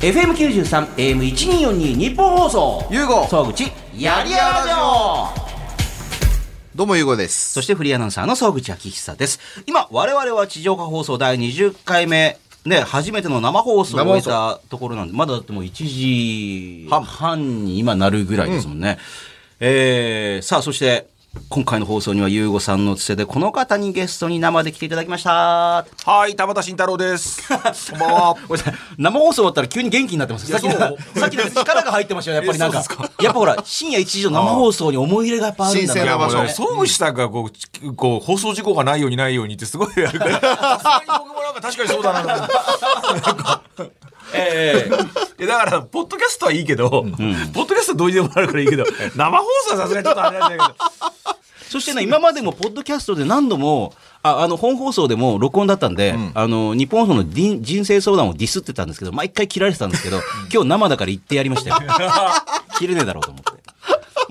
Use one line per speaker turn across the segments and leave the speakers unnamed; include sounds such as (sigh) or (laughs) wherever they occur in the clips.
FM93、AM1242 日本放送。
ゆうご
総口、やりやらじょう
どうもゆうごです
そしてフリーアナウンサーの総口昭久です。今、我々は地上波放送第20回目、ね、初めての生放送を終えたところなんで、まだだってもう1時
半
半に今なるぐらいですもんね。えー、さあ、そして、今回の放送には、ゆうごさんのつてで、この方にゲストに生で来ていただきました。
はい、田畑慎太
(laughs)
郎です。こんばんは。
ごめんなさい生放送終わったら急に元気になってますさっきのさっきの力が入ってましたよねやっぱりなんかやっぱほら深夜1時の生放送に思い入れがやっぱあるんだ
新鮮な場所
な
そう、総務さんがこうち、こう、放送事故がないようにないようにってすごい
(laughs)
やるから、さすがに僕もなんか確かにそうだな。なんか
え
いやだから、ポッドキャストはいいけど、ポッドキャストはどうにでもなるからいいけど、生放送はさすがにちょっとあれなんだけど、
えそしてね今までもポッドキャストで何度もああの本放送でも録音だったんで、あの日本放送のディン人生相談をディスってたんですけど毎回切られてたんですけど今日生だから言ってやりましたよ (laughs) 切れねえだろうと思って。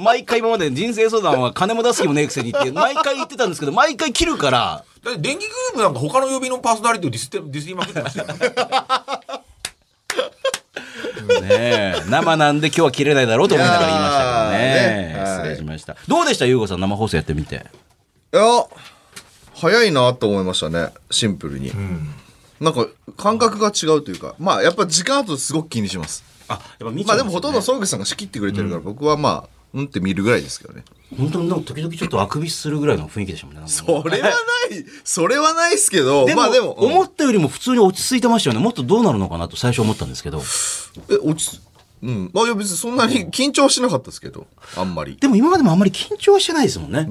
毎回今まで人生相談は金も出す気もねえくせにって毎回言ってたんですけど毎回切るから
だって電気グループなんか他の曜日のパーソナリティをディスって、ディスりまくってましたよ。
ねえ生なんで今日は切れないだろうと思いながら言いました
い
け
や
どね
ーね
失礼しましたどうでした優子さん生放送やってみて
いや早いなと思いましたねシンプルに、なんか感覚が違うというかまあやっぱ時間あとすごく気にします
あやっぱ見
まあでもほとんど総口さんが仕切ってくれてるから、僕はまあうんって見るぐらいですけどね
本当になんか時々ちょっとあくびするぐらいの雰囲気でしたもんね
それはない (laughs) それはないですけど
でも,、
まあでも、うん
思ったよりも普通に落ち着いてましたよねもっとどうなるのかなと最初思ったんですけど
え落ちうんまあいや別にそんなに緊張しなかったですけどあんまり
でも今までもあんまり緊張はしてないですもんね、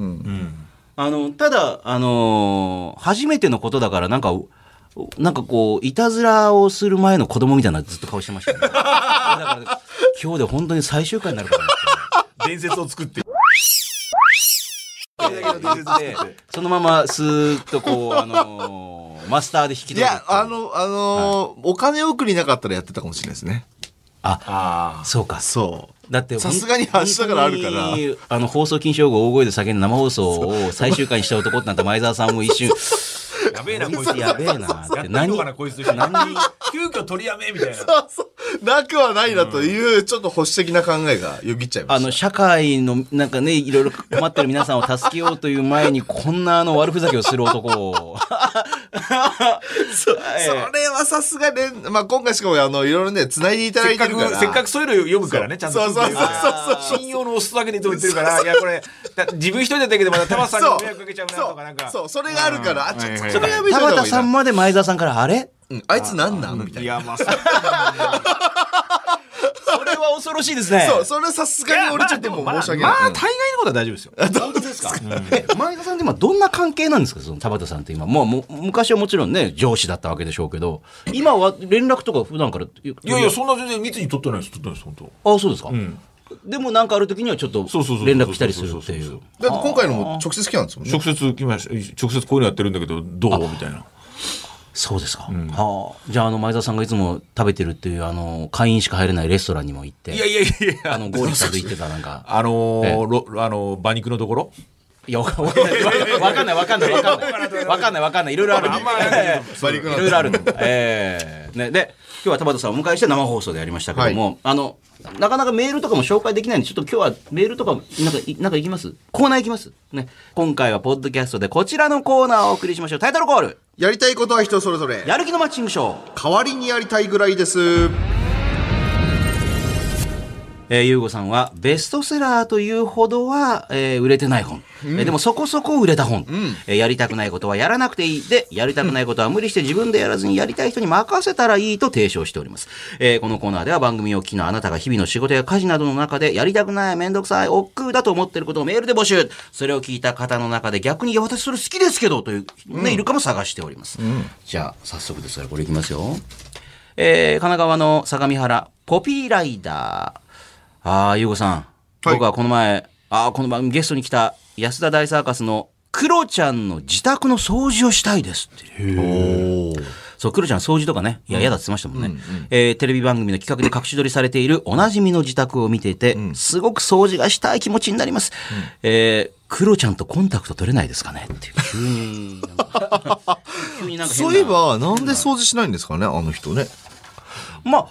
あのただあのー初めてのことだからなんかなんかこういたずらをする前の子供みたいなずっと顔してましたね (laughs) だから今日で本当に最終回になるかなって
伝説を作って。
でそのままスーッとこう、あの (laughs) ーマスターで引き
い
取るって
や
う
あのあのーお金送りなかったらやってたかもしれないですね
あ
あ
そうか
そう
だって
さすがに明日からあるから
本当にあの放送禁止用語を大声で叫んで生放送を最終回にした男ってなった前澤さんも一瞬
あ。やべえな、こいつ。
やべえな
や
っ
っててんの
何
かな、こいつとして。
何
急遽取りやめみたいな。
あそう (laughs) なくはないなという、ちょっと保守的な考えがよぎっちゃいま
あ
し
の
た
社会のなんかねいろいろ困ってる皆さんを助けようという前にこんなあの悪ふざけをする男を
それはさすがね、まあ、今回しかもあのいろいろね繋いでいただ
せっ
いて
か
るから
く、せっかくそういうの読むからね、ちゃんと。
そうそうそう
そう。信用の押すだけで言ってるから、いや、これ、だ自分一人だったけど、また玉さんに
そう
迷惑かけちゃうなとか、なんか。
そうそうそれがあるからあちょっと
はい
そ
はいはい
れやめと
田
いた方が
畑
いい
さ
なん
まで前澤さんからあれ
うんあいつなんなんみたい
い
な
や、まあ、そう。
それは恐ろしいですね
そうそれはさすがに俺ちょっともう申し訳ない
まあ、まあ
うん
大概のことは大丈夫ですよ。
本当ですか。え前田さんって今どんな関係なんですか、その田畑さんって今、もうも昔はもちろんね、上司だったわけでしょうけど。今は連絡とか普段から。い
いやいや、、そんな全然密に取ってないです、取ってないです、本当。
あ、そうですか。
ん
でも、なんかある時にはちょっと
そうそうそう
連絡したりするってい
そううそう。
だって今回のも直接来たんですもんね
直接来ました、直接こういうのやってるんだけど、どうみたいな。
そうですか。はあ、じゃあ、あの前田さんがいつも食べてるっていう、あの会員しか入れないレストランにも行って。
いやいやいやいや、
あのゴーリさんと行ってたなんか。
あの
ええ
ー、ろあのー、馬肉のところ。
いや、 (laughs) わかんない、わかんない、わかんない、わかんない、わかんない、わかんない、いろいろある。
あんまり
バリク
い
な
ろ
んで
いろあるんで。ええね、で、今日は田畑さんをお迎えして生放送でやりましたけども、あの、なかなかメールとかも紹介できないんで、ちょっと今日はメールとか、なんか、いなんか行きますコーナー行きますね。今回はポッドキャストでこちらのコーナーをお送りしましょう。タイトルコール
やりたいことは人それぞれ
やる気のマッチングショー
代わりにやりたいぐらいです
えー、ゆうごさんはベストセラーというほどは、えー売れてない本、えーでもそこそこ売れた本、えーやりたくないことはやらなくていいでやりたくないことは無理して自分でやらずにやりたい人に任せたらいいと提唱しております、えーこのコーナーでは番組をお聞きのあなたが日々の仕事や家事などの中でやりたくないめんどくさい億劫だと思っていることをメールで募集それを聞いた方の中で逆にいや私それ好きですけどという、ねいるかも探しております、じゃあ早速ですがこれいきますよえー神奈川の相模原ポピーライダーああゆうごさん、僕はこの前あーこの番組ゲストに来た安田大サーカスのクロちゃんの自宅の掃除をしたいですっていうそうクロちゃん掃除とかねいや嫌だって言ってましたもんね、えーテレビ番組の企画で隠し撮りされているおなじみの自宅を見ていて、すごく掃除がしたい気持ちになります、えークロちゃんとコンタクト取れないですかねっていう急になん (laughs) か急になんか変な
そういえばなんで掃除しないんですかねあの人ね
まあ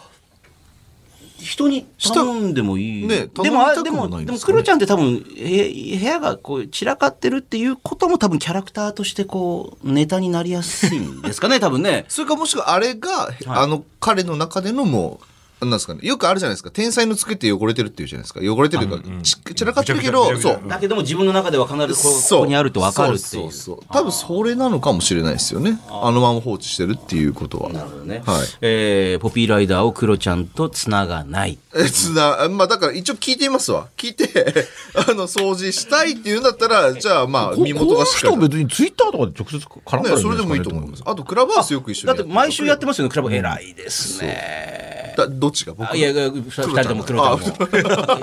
人に頼んでもいい。
ね
でも、あ
頼みた
で
くも
も、
ない
で
で
も、
す
ク
かね
ロちゃんって多分、へ部屋がこう散らかってるっていうことも多分キャラクターとしてこう、ネタになりやすいんですか
(laughs)
ね、多分ね。
それかもしくはあれが、あの彼の中でのもうなんですかねよくあるじゃないですか天才の机って汚れてるっていうじゃないですか汚れてるというか、ち散らかってるけど
ぐちゃぐちゃ
そう
ぐちゃぐち
だけども自分の中では必ずここ
そう
ここにあると分かるって
そ
いう
う。そうそう多分それなのかもしれないですよねあのまま放置してるっていうことは
なるほどね。
はい
えーポピーライダーをクロちゃんと繋がない。
えつなまあだから一応聞いてみますわ聞いて (laughs) あの掃除したいっていうんだったらじゃあまあ
こ
身元がしっか
こ
り
の人別にツイッターとかで直接絡んだらいい
ね
んじゃな
それ
い
でもいい
です
と
かね
思いますあとクラブハウスよく一緒
だっ
に
て毎週やってますよね、クラブ。偉いですね。
だどっちが僕
あいやいや、二人ともクロちゃんも。二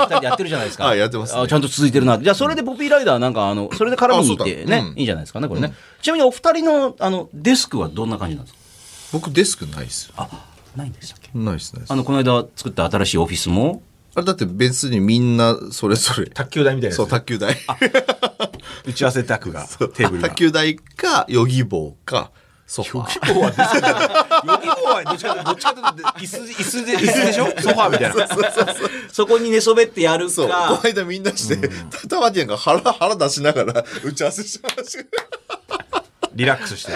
人でやってるじゃないですか。
あやってますね
あちゃんと続いてるな。じゃあ、それでポピーライダーなんか、あの、それで絡みに行って
あそうだ
ね
う、ん
いいんじゃないですかね、これね。ちなみにお二人の、あの、デスクはどんな感じなんですか
僕デスクないっすよ
あ、ないんでしたっけ
ないっすないっす
あの、この間作った新しいオフィスも、
あれだって別にみんなそれぞれ
卓球台みたいなやつ
そう卓球台
打ち合わせ卓がテーブル
(laughs)
が
卓球台かヨギ棒かソファー
ヨギボーはどっちかどっちかというと椅子椅子で椅子
(laughs)
でしょソファーみたいな
そこに寝そべってやる
そうこ
か
の、間みんなして、たたまてんが腹腹出しながら打ち合わせしてました
リラックス (laughs) して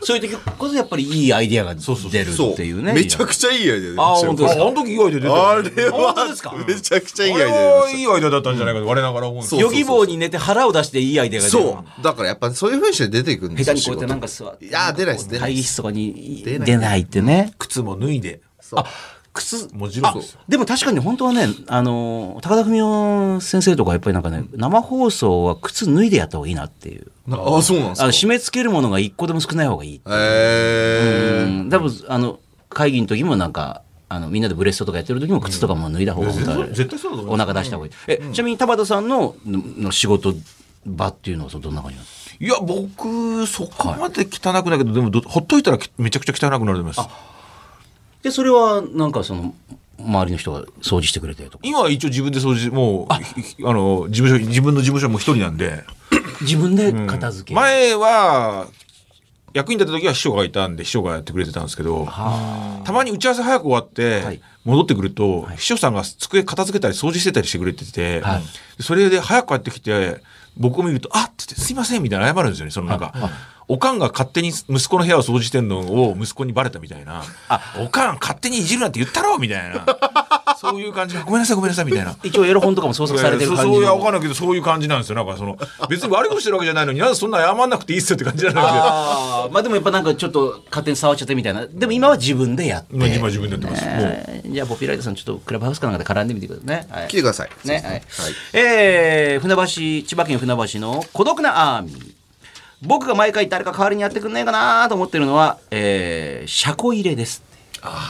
そういう時こそやっぱりいいアイディアが出るっていうね。
めちゃく
ち
ちゃいいアイデアで
あ
めっちゃ
本当ですか
の時以外で出て
あ
あ
れ
本当ですか
(laughs) はめちゃくちゃいいアイ
れ
デア
は
で
い
し
いアイデアだったんじゃないかと我ながら思うんです
そう
よ
ヨギ棒に寝て腹を出していいアイデア
た
が出る。
そうだからやっぱそういうふうにして出ていくんで
下
すよ
手にこうやってなんか
仕
座って。
いやー出ないです出ない
会
で
議
す
室とかに
出ない
出ないってね。
靴も脱いで
そう
靴、
もちろんですよ
でも確かに本当はね、あのー、高田文夫先生とかやっぱりなんかね、生放送は靴脱いでやった方がいいなっていう。
なあそうなんで
あの、
す
締
か
め付けるものが一個でも少ない方がいい。う
えー
ん。多分、あの、会議の時もなんか、あの、みんなでブレストとかやってる時も靴とかも脱いだ方が本当は
絶対そうだと思
お
う
腹出した方がいい。え、ちなみに田畑さんののの仕事場っていうのはどんな感じなんですか
いや僕そこまで汚くないけどでもどほっといたらきめちゃくちゃ汚くなります
で、それはなんかその、周りの人が掃除してくれてとか。
今は一応自分で掃除もうあの事務所自分の事務所も一人なんで
自分で片付ける。
前は役に立った時は秘書がいたんで秘書がやってくれてたんですけどたまに打ち合わせ早く終わって、
はい
戻ってくると、秘書さんが机片付けたり掃除してたりしてくれてて、
はい
それで早く帰ってきて僕を見ると「あっ!」って言って「すいません」みたいな謝るんですよねそのなんか。おかんが勝手に息子の部屋を掃除してんのを息子にバレたみたいな「おかん勝手にいじるなんて言ったろ!」みた
(laughs)
いなそういう感じで「ごめんなさいごめんなさい」みたいな
一応エロ本とかも創作されてる感
いやいやそう
じ
そういやわ
の。
かんないけどそういう感じなんですよなんかその別に悪いことしてるわけじゃないのになんでそんな謝んなくていいっすよって感じなんだ
あーまあでもやっぱなんかちょっと勝手に触っちゃってみたいな。でも今は自分でやって。
けど今自分でやってます、も
えーじゃあポピーライトさんちょっとクラブハウスかなんかで絡んでみてくださいね。はい
来てください
ね、はい。えー、船橋、千葉県船橋の孤独なアーミー。僕が毎回誰か代わりにやってくんないかなと思ってるのは、えー、車庫入れです。あ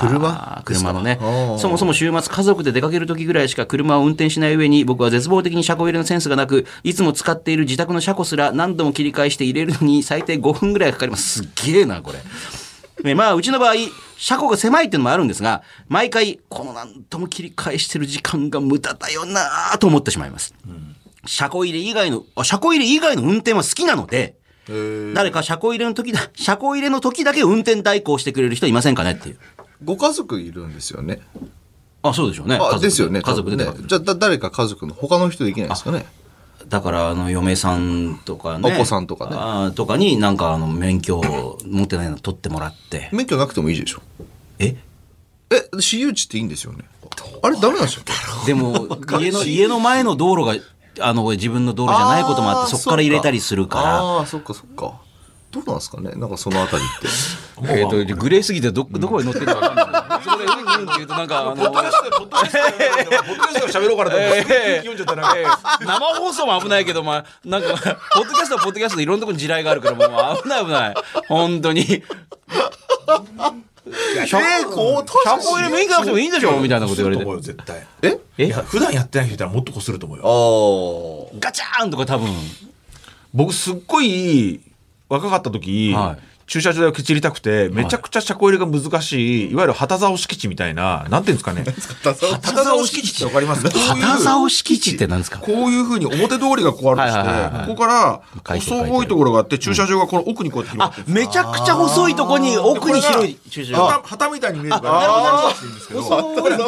車
ー車のね
ですかあー
そもそも週末家族で出かける時ぐらいしか車を運転しない上に僕は絶望的に車庫入れのセンスがなくいつも使っている自宅の車庫すら何度も切り返して入れるのに最低5分ぐらいかかりますすっげえなこれ。ねまあうちの場合車庫が狭いっていうのもあるんですが毎回この何とも切り返してる時間が無駄だよなぁと思ってしまいます、車庫入れ以外のあ車庫入れ以外の運転は好きなので誰か車庫入れの時だ車庫入れの時だけ運転代行してくれる人いませんかねっていう
ご家族いるんですよね
あ、そうでしょうね。家
あ
族で
ですよね
家族で
多
出
分
かけ
ね
る
じゃあだ誰か家族の他の人できないですかね
だから、あの、嫁さんとかね。
お子さんとかね
あーとかに、なんか、あの、免許を持ってないの取ってもらって。
免許なくてもいいでしょ
え
え私有地っていいんですよねあれダメなんですよ
で
(laughs)
も、家の、家の前の道路が、あの、自分の道路じゃないこともあって、
ー
そこから入れたりするか
ああーそっかそっかどうなんですかねなんかそのあたりって
ら。えっと、グレーすぎて、ど、どこまで乗ってるかわかんない。 (laughs) そこで、うんうんって言うと、なんか、あの、
うポッドキャストでポッドキャストで喋ろうかなと思って空気読んじゃったらなんか
生放送も危ないけど、まあ、なんか、ポッドキャストはポッドキャストでいろんなところに地雷があるから、もうもう危ない危ない。本当に。
えー、こう確
100本入れ免許なくてもいいんでしょみたいなこと言われて。
こすると思うよ絶対
え
え
いや普段やってない人いたらもっとこすると思うよ
あ
ガチャーンとか多分。
僕すっごい若かった時、
はい
駐車場代をけちりたくて、めちゃくちゃ車庫入れが難しい、いわゆる旗竿敷地みたいな、なんていうんですかね。旗竿敷地ってわかりますか
旗竿敷地って何ですか
こういうふうに表通りがこうある
はいはいはい
と
は
し
い
て、ここから、
書いてる
細いところがあって、駐車場がこの奥にこうやって広がってるんです
めちゃくちゃ細いとこに奥に広い駐車場。
旗旗みたいに見えるから、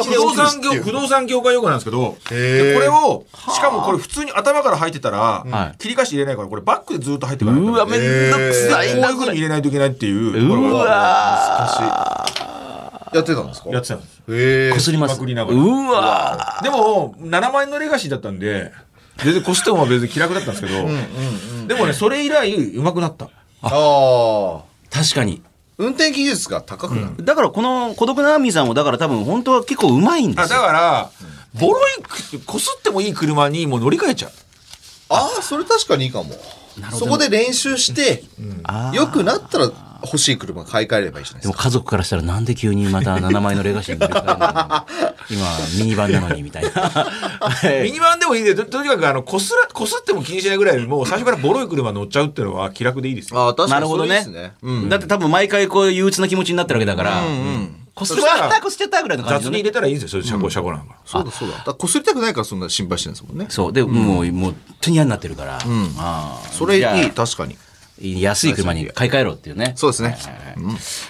不動
細
産業、不動産業界用語なんですけど、でこれを、しかもこれ普通に頭から入ってたら
い、
切り返し入れないから、これバックでずっと入ってから
うわ、めんどくさい
こうい
な、
うふ
こ
うに
れ。
入れないといけないっていう。
うわ
やってたんですか
やってたんです。
へえ
こすります。
まく
う
りながら
わ
でも、7万円のレガシーだったんで、全然コストも別に気楽だったんですけど、でもね、それ以来、うまくなった。
ああ
確かに。
運転技術が高くなる
だからこの孤独なアーミーさんもだから多分本当は結構うまいんで
あだ
すよ。
から、ボロい、こすってもいい車にもう乗り換えちゃう。
ああそれ確かにいいかもそこで練習して
あー
良くなったら欲しい車買い替えればいいじゃない
で
で
も
すか
家族からしたらなんで急にまた7枚のレガシーに乗り換えるの今ミニバンなのにみたいな。はい
ミニバンでもいいで、ととにかく、あの、こすら、こすっても気にしないぐらい、もう最初からボロい車乗っちゃうっていうのは気楽でいいですよ。
ああ確
なるほど
それいい
ね
っすうん
だって多分毎回こう憂鬱な気持ちになってるわけだから、こすっちゃった、こすっちゃったぐらいの感
雑
じの
に
ね
入れたらいいんですよ、それ車庫車庫なんか。
そうだそうだだからこすりたくないからそんな心配してるんですもんね
そう。で、もう、もう、手に嫌になってるから。ああ
それい
じゃあ
い確かに
安い車に買い替えろっていうね。
そうですね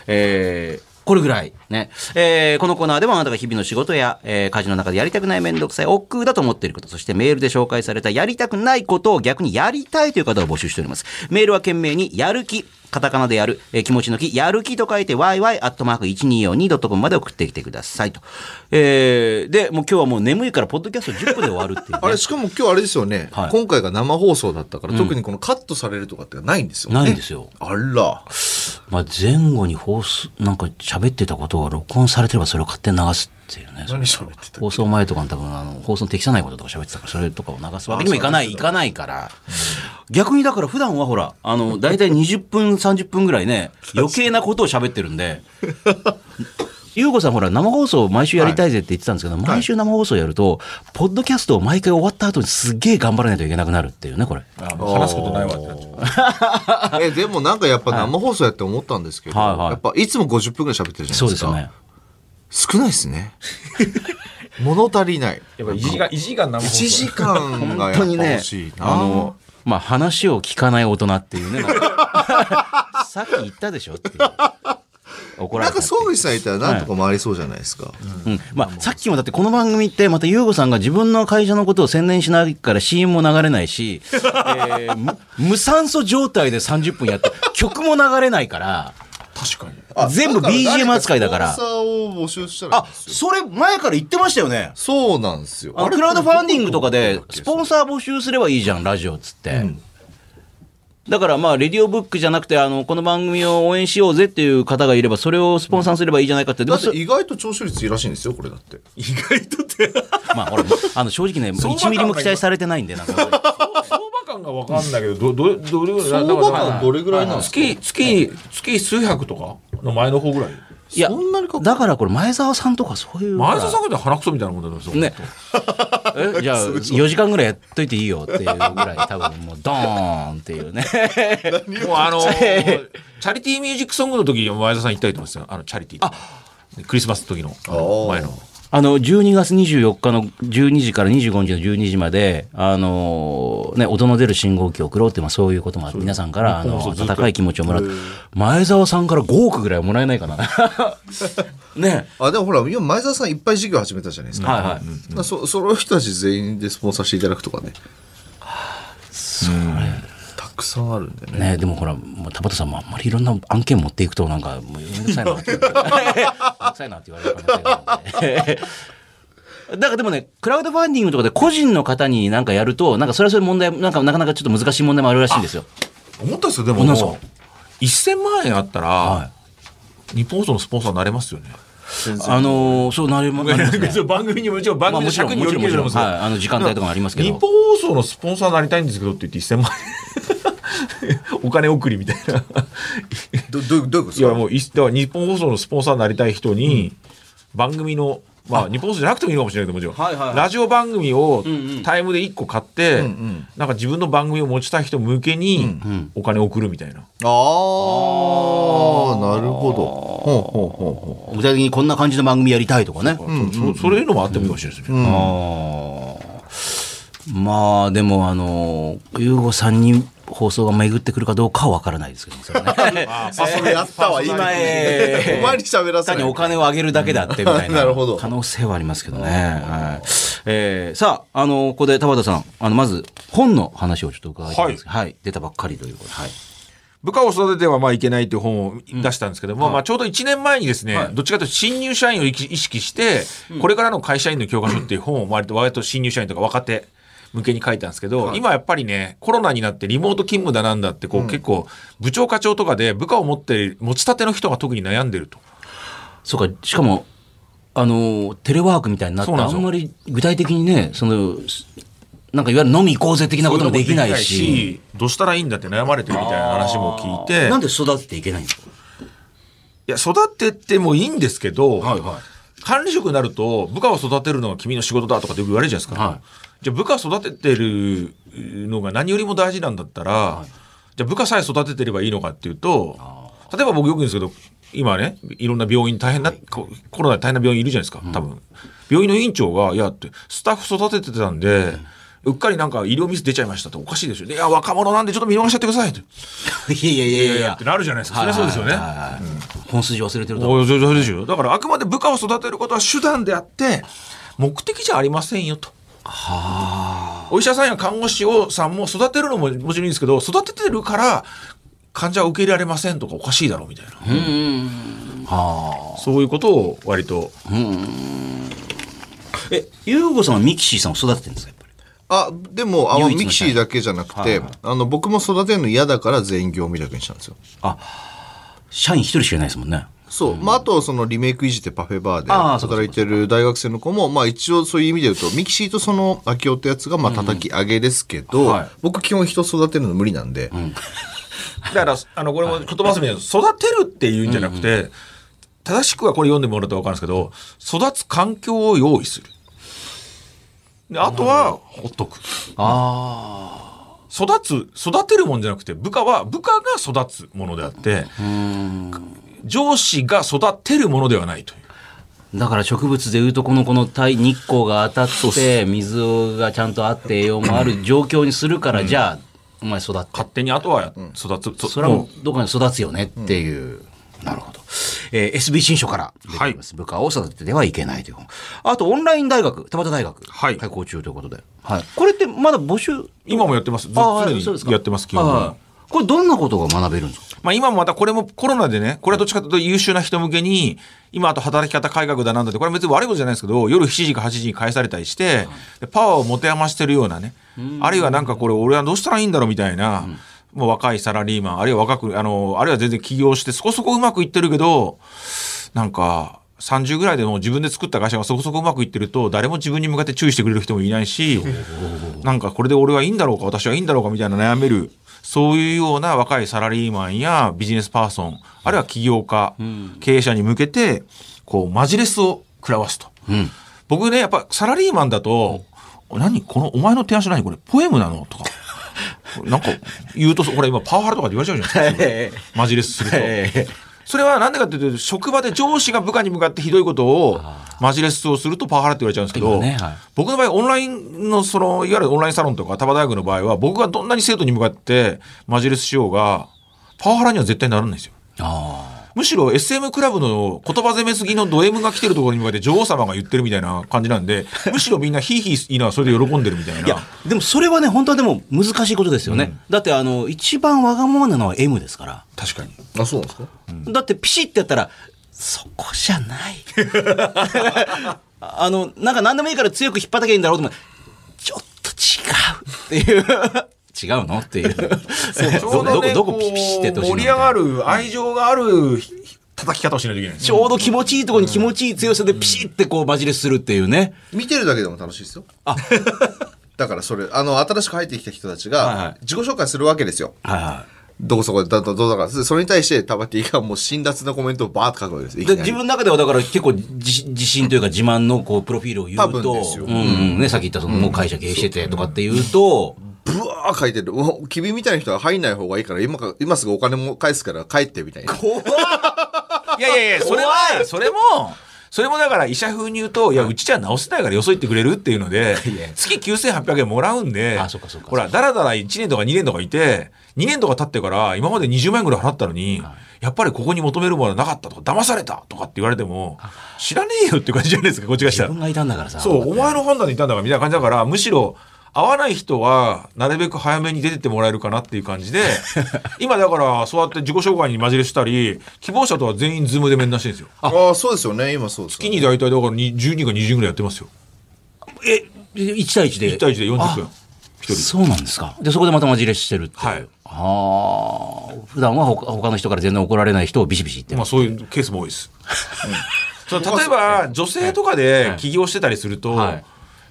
えーこれぐらい。ね。えーこのコーナーではあなたが日々の仕事や、えー家事の中でやりたくないめんどくさい、億劫だと思っていること、そしてメールで紹介されたやりたくないことを逆にやりたいという方を募集しております。メールは懸命に、やる気、カタカナでやる、えー気持ちの気、やる気と書いて、yy.1242.com まで送ってきてくださいと。えーで、もう今日はもう眠いから、ポッドキャスト10分で終わるっていう、ね。
あれしかも今日あれですよね
はい
今回が生放送だったから特にこのカットされるとかってないんですよね
ないんですよ
あら
まあ、前後に放送なんか喋ってたことが録音されてればそれを勝手に流すっていうね
何喋ってた
放送前とかに多分あの放送に適さないこととか喋ってたからそれとかを流すわけにもいかないいかないから逆にだから普段はほらあの大体20分30分ぐらいね余計なことを喋ってるん (laughs) で優子さんほら生放送毎週やりたいぜって言ってたんですけど、毎週生放送やるとポッドキャストを毎回終わった後にすっげえ頑張らないといけなくなるっていうねこれ。
あもう話すことないわってなっちゃ
(laughs)
う。
えでもなんかやっぱ生放送やって思ったんですけど
はいはい
やっぱいつも50分ぐらい喋ってるじゃ
そ
な
うで
いですす
よ
か
ね。
少ないですね物足りない
やっぱ1時間、1時間生放
1時
送。
間が
本
や
当
っ
に
ぱ
ね
欲しい、な
あの、まあ、話を聞かない大人っていうね。 (laughs) さっき言ったでしょっていう。怒ら
な
れた
んか
っていう
総理さんいたらなんとか回りそうじゃないですか、
うんまあ、さっきもだってこの番組ってまた優吾さんが自分の会社のことを専念しないから CM も流れないし、え (laughs) ーむ無酸素状態で30分やって曲も流れないから
確かに。
あ
全部 BGM 扱いだから
スポンサーを募集したらいいん
あ
ですよ
それ前から言ってましたよね
そうなんですよ
あのクラウドファンディングとかでスポンサー募集すればいいじゃんラジオっつって、だからまあレディオブックじゃなくてあのこの番組を応援しようぜっていう方がいればそれをスポンサーすればいいじゃないかってでも
だって
そ
意外と聴取率いいらしいんですよこれだって
意外とって、
まあほらあの正直ね (laughs)
相場
1
感
ミリも期待されてないんでなんか
相場感がわかんないけど、ど、ど、どれぐらい
相場感どれぐらいなんですか
月、月、月数百とかの前の方ぐらい。
いや
そんなにか
だからこれ前澤さんとかそういう
前田さんが鼻くそみたいなもんだと思うんですよ。
えじゃあ4時間ぐらいやっといていいよっていうぐらい多分もうドーンっていうね
もうあ
(laughs)
のー、チャリティーミュージックソングの時、前田さん行ったりとかですよ。あの、チャリティー。でクリスマスの時の、あの前の。
あの12月24日の12時から25日の12時まで、あのーね、音の出る信号機を送ろうって、まあ、そういうこともあって皆さんからあの温かい気持ちをもらって前澤さんから5億ぐらいはもらえないかなね
あでもほら今前澤さんいっぱい事業始めたじゃないですか、
はいはい、
だからそその人たち全員でスポンサーしていただくとかねそれたくさんあるんでね
ね、でもほらもう田畑さんもあんまりいろんな案件持っていくとなんかもうめんどくさいなってめんどくさいなって言われる可能性があるんで (laughs) だからでもねクラウドファンディングとかで個人の方になんかやるとなんかそれはそれ問題なんかなかなかちょっと難しい問題もあるらしいんですよ。
思ったんですよ、でも
なんすか。
1000万円あったら、日本放送のスポンサーになれ (laughs) ますよね。
あのーそうなりまなりますね。
番組にもちろん番
まあ
組
も
の
ちろ
尺
ん
に
も
よ
ち
り
ろんも
けれ
ち
ど
ろん、
も
はい、あの時間帯とかもありますけ
日
ど
本。放送のスポンサーになりたいんですけどって言って1000万円 (laughs) お金送りみたいな
どどういうどういうことで
い
す
や
か
もういだから日本放送のスポンサーになりたい人に、番組のまあ、日本放送じゃなくてもいいかもしれないけど、もちろん。
はいはいはい
ラジオ番組を
んうん
タイムで1個買って、
うんうん
なんか自分の番組を持ちたい人向けに
ん
お金を送るみたいな。
あーなるほどほうほうほうほう
具体的にこんな感じの番組やりたいとかね。
そそれいうのもあってもいいかもしれないですね。
あーまあでもあの優吾さんに放送が巡ってくるかどうかは分からないですけどもそれね
あ、それやったわ、いいね。
今えー
(laughs) お前に喋らせ
単に
ない
お。金をあげるだけだってみ
(laughs)
たいな
なるほど
可能性はありますけどね。はいえーさあ、あのここで田畑さん、あのまず本の話をちょっと伺いたいんですけど、はい出たばっかりということで、はい
部下を育ててはまあいけないという本を出したんですけども、まあ、ちょうど1年前にですね、どっちかというと新入社員を意識意識して、これからの会社員の教科書っていう本を割と割と新入社員とか若手向けに書いたんですけど、今やっぱりねコロナになってリモート勤務だなんだってこう、結構部長課長とかで部下を持って持ちたての人が特に悩んでると。
そうか、しかも、あの、テレワークみたいになって、
そうなん
あ
ですよ
んまり具体的にね、その、すなんかいわゆる飲み行こうぜ的なこともできない
そううのもでき
し、
ないしどうしたらいいんだって悩まれてるみたいな話も聞いて
なんで育てていけ (laughs) ないんですか
いや育ててもいいんですけど、
は
管理職になると部下を育てるのが君の仕事だとかってよく言われるじゃないですか、じゃあ部下育ててるのが何よりも大事なんだったら、じゃあ部下さえ育ててればいいのかっていうと例えば僕よく言うんですけど今ねいろんな病院大変な、ココロナで大変な病院いるじゃないですか多分、病院の院長が「いや」ってスタッフ育ててたんで、うっかりなんか医療ミス出ちゃいましたっておかしいでしょ。いや、若者なんでちょっと見逃しちゃってくださいって。
い。いやいやいやいや
いやってなるじゃないですか。そりゃそうですよね。
本筋忘れてると。
おそうそうですよだからあくまで部下を育てることは手段であって目的じゃありませんよと。お医者さんや看護師をさんも育てるのももちろんいいんですけど育ててるから患者を受け入れられませんとかおかしいだろうみたいな、そういうことを割と
え、ゆうごさんはミキシーさんを育ててるんですかやっぱり。
あ、でも、あの、
唯一の
ミキシーだけじゃなく
はい
て
はい、
あの、僕も育てるの嫌だから全員業務委託にしたんですよ。
社員一人しかいないですもんね。
そう。まあ、あと、その、リメイク維持ってパフェバーで
あーそうか
働いてる大学生の子も、まあ、一応そういう意味で言うと、ミキシーとその、秋夫ってやつが、まあ、叩き上げですけど
はい、
僕基本人育てるの無理なんで、
だからあのこれも言葉遊びで育てるっていうんじゃなくて、正しくはこれ読んでもらうと分かるんですけど育つ環境を用意するであとはほっとく。
あ
育つ育てるもんじゃなくて部下は部下が育つものであって上司が育てるものではないという
あ。だから植物でいうとこのこの太日光が当たって、水がちゃんとあって栄養もある状況にするから、じゃあ、お前育って。
勝手にあとは育つ、そ
それはも
もう
うどこかに育つよねっていう。なるほど。えー SB 新書から出ております、部下を育ててはいけないという本。あと、オンライン大学、田端大学、
はい
開校中ということで。はい。これってまだ募集
今もやってますず
ああ
常に
そうですか
やってます基本は
はいこれどんなことが学べるんですか
まあ、今もまたこれもコロナでねこれはどっちかというと優秀な人向けに今あと働き方改革だなんだってこれは別に悪いことじゃないですけど夜7時か8時に返されたりしてでパワーを持て余してるようなねあるいはなんかこれ俺はどうしたらいいんだろうみたいな。もう若いサラリーマンあるいは若くあのあるいは全然起業してそこそこうまくいってるけどなんか30ぐらいでもう自分で作った会社がそこそこうまくいってると誰も自分に向かって注意してくれる人もいないしなんかこれで俺はいいんだろうか私はいいんだろうかみたいな悩めるそういうような若いサラリーマンやビジネスパーソンあるいは起業家、経営者に向けてこうマジレスを食らわすと。僕ねやっぱサラリーマンだと「何このお前の提案書何これポエムなの?」とか。なんか言うとこれ今パワハラとかで言われちゃうじゃな
(laughs)
いですかすぐマジレスすると。それはなんでかっていうと職場で上司が部下に向かってひどいことをマジレスをするとパワハラって言われちゃうんですけど、
今ねはい
僕の場合オンラインのそのいわゆるオンラインサロンとか多摩大学の場合は僕がどんなに生徒に向かってマジレスしようがパワハラには絶対ならないんですよ。
あ
むしろ SM クラブの言葉攻めすぎのド M が来てるところに向かって女王様が言ってるみたいな感じなんでむしろみんなヒーヒーいいのはそれで喜んでるみたいな。
いや、でもそれはね、本当はでも難しいことですよね。だって、あの、一番わがままなのは M ですから。
確かに
あ、そうなんですか
だってピシッてやったら、そこじゃない。 (laughs) あの、なんか何でもいいから強く引っ張ったけいいんだろうと思う。ちょっと違うっていう。違うのっていう。
ちょう
どこ、
ど、ね、
どこピシッてやってほしい
こう盛り上がる愛情がある叩き方をしないといけないです
ちょうど気持ちいいところに気持ちいい強さでピシッてこうマジレスするっていうね。
見てるだけでも楽しいですよ。 (laughs) だからそれ、あの、新しく入ってきた人たち
はいは
が、自己紹介するわけですよ。
はいはい。
どこそこでだとどうだからそれに対してタバティがもう辛辣なコメントをバーッと書くわけですいき
で
なり
自分の中ではだから結構自自信というか自慢のこうプロフィールを言
多
う
分
と
ですよ
うんうんね、さっき言ったそのもう会社経営しててとかって言うと、
ブワー書いてるうわ君みたいな人は入んない方がいいから今か今すぐお金も返すから帰ってみたいな
やいやいや、それは、それも、それもだから医者風に言うと、いや、うちじゃ直せないからよそ行ってくれるっていう
(laughs)
ので、月9800円もらうんで、
あそうかそうか
ほら、だらだら1年とか2年とかいて、2年とか経ってから、今まで20万円ぐらい払ったのに、やっぱりここに求めるものはなかったとか、騙されたとかって言われても、知らねえよって感じじゃないですか、こっちがした
自
ら
分。がいたんだからさ。
そう、お前の判断でいたんだからみたいな感じだから、むしろ、会わない人は、なるべく早めに出てってもらえるかなっていう
(laughs)
感じで、今だから、そうやって自己紹介に混じりしたり、希望者とは全員ズームで面談してるんですよ。
ああそうですよね今そうですよ
月
ね
に大体だからに10人か20人ぐらいやってますよ。
え、1対1で。
1対1で40分
あ。そうなんですか。で、そこでまた混じれしてるっていう。
はい
ああ、普段は他他の人から全然怒られない人をビシビシ言ってる
まあそういうケースも多いです。そう例
(laughs)
えば、女性とかで起業してたりすると、
はい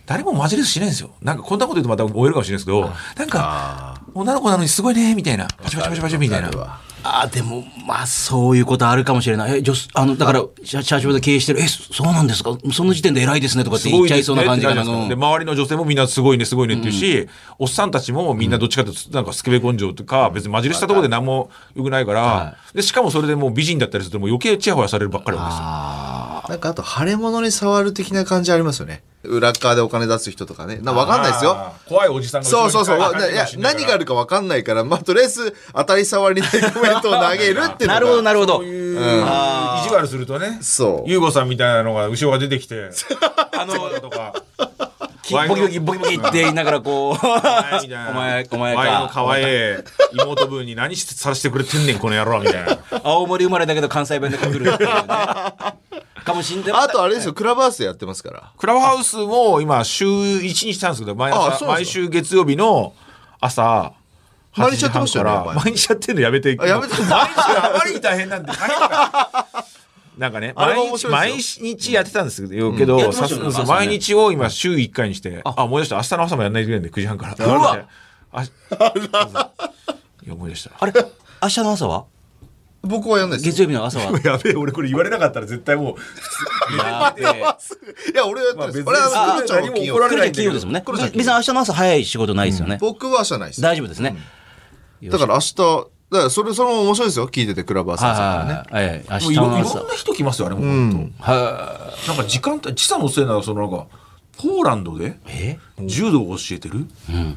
誰もマジレスしないんですよ。なんかこんなこと言うとまた終えるかもしれないですけど、なんか、女の子なのにすごいね、みたいな。パチパチパチパチみたいな。
ああ、でも、まあ、そういうことあるかもしれない。え、女子、あの、だから、社社長で経営してる、え、そそうなんですかその時点で偉いですねとかっ
す
て言
ご
っ
い
ちゃ
で
い
す
そう
ね
な
ってな
感じがな
りますから
の
で。周りの女性もみんなすごいねすごいねって言うし、おっさんたちもみんなどっちかというとなんかスケベ根性とか別に混じりしたところで何もよくないから、でしかもそれでもう美人だったりするともう余計チヤホヤされるばっかりなんですよ。
なんかあと腫れ物に触る的な感じありますよね裏側でお金出す人とかねなわかんないですよ
あー。怖いおじさんが
そうそうそう。
後ろ
な
に
いい
た
や
り、しな
何がある
か
か分かんないから、まあ、とりあえず当たり障りないコメントを投げるっていうのが。
なるほど、なるほど。
らうん意地悪するとね
そう
優吾さんみたいなのが後ろが出てきて
(laughs)
あのとか
きボキボキボキボキって言いながらこう、(laughs)
(laughs) お
お前お前か
の可愛い妹分に何してさらしてくれてんねんこの野郎みたいな。
青森生まれだけど関西弁で来るっていうね。かもしんない。
あとあれですよ、クラブハウスでやってますから。
クラブハウスも今週1日したんですけど毎
あそ
朝
うなん
毎
ですか
週月曜日の朝8
毎日
時
やって
半
ましたよ
か
ね
ら毎日やってんのやめて
あやめて
毎日があまりに大変なんで大変だから (laughs) なんかね
あれも
毎
面
日
白い
毎
で
日やってたんですけどけど
やってま
さ
したよね
そう
朝ね
毎日を今週1回にしてあ思い出した明日の朝もやんないといけないんで9時半から
うわ
なのであいや思い出した
あれ明日の朝は
僕はやんないです。
月曜日の朝 (laughs) は
(laughs) やべえ俺これ言われなかったら絶対もう (laughs)
いや、俺はやってないです。
まあ別に
俺は、クロちゃんは金
何も怒ら
曜日。
れ
9時金曜ですもんね。別に明日の朝早い仕事ないですよね。
僕はじゃないです。だ
大丈夫ですね。
から明日、だからそれ、その面白いですよ、聞いてて、クラブハウス
は
さん
い
からね。
はいはい。明日
もういろ
の
いろ
朝
ん。な人来ますよあれも本当。
は
なんか時間帯時差のせいならそのなんかポーランドで
いえ
柔道を教えてる、うん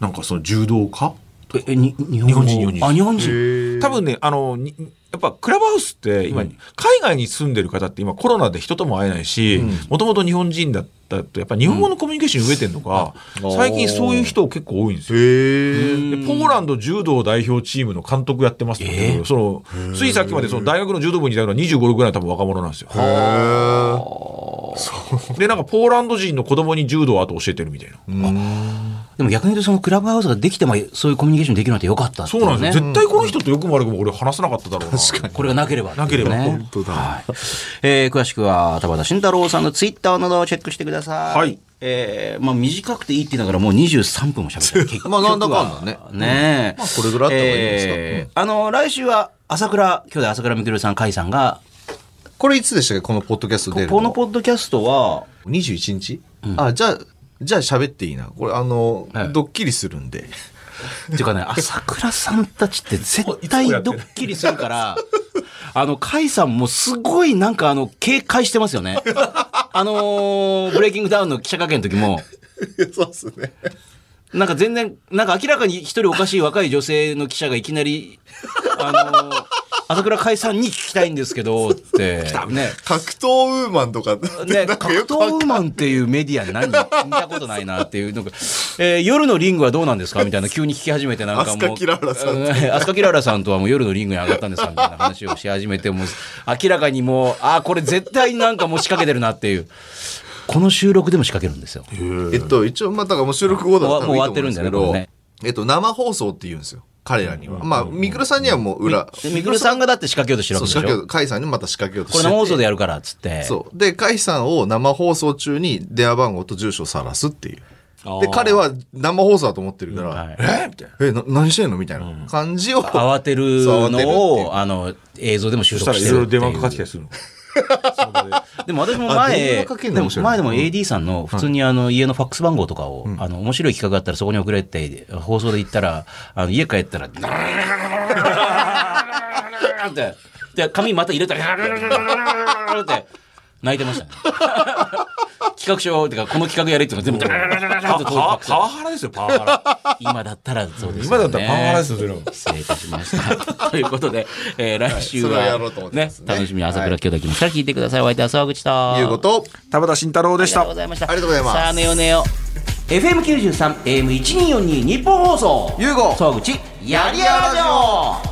なんかその柔道家
ええに日
日本人日本人
あ日本人。
多分ねあのにやっぱクラブハウスって今、海外に住んでる方って今コロナで人とも会えないしもともと日本人だったとやっぱ日本語のコミュニケーション増えてるのか、最近そういう人結構多いんですよ。でポーランド柔道代表チームの監督やってますけど、そのついさっきまでその大学の柔道部にいたのは2 5 6ぐらいの多分若者なんですよ。でなんかポーランド人の子供に柔道をあと教えてるみたいな。
でも逆に言うとそのクラブハウスができてもそういうコミュニケーションできるなんてよかったってい
そうなんですよ。
ね。
絶対この人とよくも悪くも俺話さなかっただろうな。
これがなければっていうね。
なければ
本当だ。はい。えー詳しくは田畑慎太郎さんのツイッターなどをチェックしてください。
はい。
えーまあ短くていいって言いながらもう23分も喋ってる結局
(laughs) ま
は
あなんだかんだね
ねえ
まあこれぐらいあった方がいいんですか
えーあの、来週は朝倉、今日で朝倉みくるさん、甲斐さんが、
これいつでしたっけこのポッドキャスト出るの
このポッドキャストは、
21日、あ、じゃあ、じゃあ喋っていいな。これ、あの、
はい
ドッキリする
(laughs)
んで。
っていうかね、朝倉さんたちって絶対ドッキリするから、あの、甲斐さんもすごいなんかあの、警戒してますよね。あのーブレイキングダウンの記者会見の時も、
そうっすね。
なんか全然、なんか明らかに一人おかしい若い女性の記者がいきな
(laughs)
り、あのー朝倉海さんに聞きたいんですけど、
(laughs)
って。ね。
格闘ウーマンとか、
ね、
なんか
格
よくわかん
闘ウーマンっていうメディア何見たことないなっていう、なんか、えー夜のリングはどうなんですかみたいな急に聞き始めて、なんかもう。
飛鳥キララさん
うん飛鳥キララさんとはもう夜のリングに上がったんですかみたいな話をし始めて、もう明らかにもう、ああ、これ絶対なんかもう仕掛けてるなっていう。この収録でも仕掛けるんですよ。
えっと、一応、まあ、だからもう収録後だったら
もう
いい
も
と
う終わって
思うん
るん
です
だ
け
よね
ど、
これね
えっと、生放送って言うんですよ。彼らには。まあ、みくるさんにはもう裏、
で、みくるさんがだって仕掛けようとしてる
そ
わ
う、
け
仕
で
掛け
しょ
よう、甲斐さんにまた仕掛けようと
こ
し
れ
てて。
生放送でやるからっつって。
そう。で、甲斐さんを生放送中に電話番号と住所を晒すっていう。で、彼は生放送だと思ってるから、
はい
えみたいな。
え、な何してんのみたいな感じを、
慌てる
そう慌てるって
の
い
を、あの、映像でも収
そした
録
ら
し
い
て
ろい
るっ
ろ
てい
電
う
話かかってきたりするの。その場で
でも私も
あ電
前、
話かけん
でも
の面白い
前でも AD さんの普通にあの家のファックス番号とかを、あの、面白い企画があったらそこに送れって放送で言ったら、あの、家帰 (laughs) ったら、って、で、紙また入れたら、って、泣いてましたね。企画書、てか、この企画やれっていうの全部、
パパワパワハラですよ、パワハラ。
今だったらそうですよね。
今だったらパワハラですよ、それは。
失礼いたしました。 (laughs) ということで、えー来週
はいそれはや
は
ろうと思っ、てま
ね
す、ね
楽しみに朝倉兄弟来ますから聞いてください。お相手は沢口と。
いうこと。
(laughs) 田畑慎太郎でし
ありがとうご。
た
ざいました。
ありがとうございます
さあ、ねよねよ。FM93、AM1242、日本放送。
ゆうご
沢口、やりやろうよ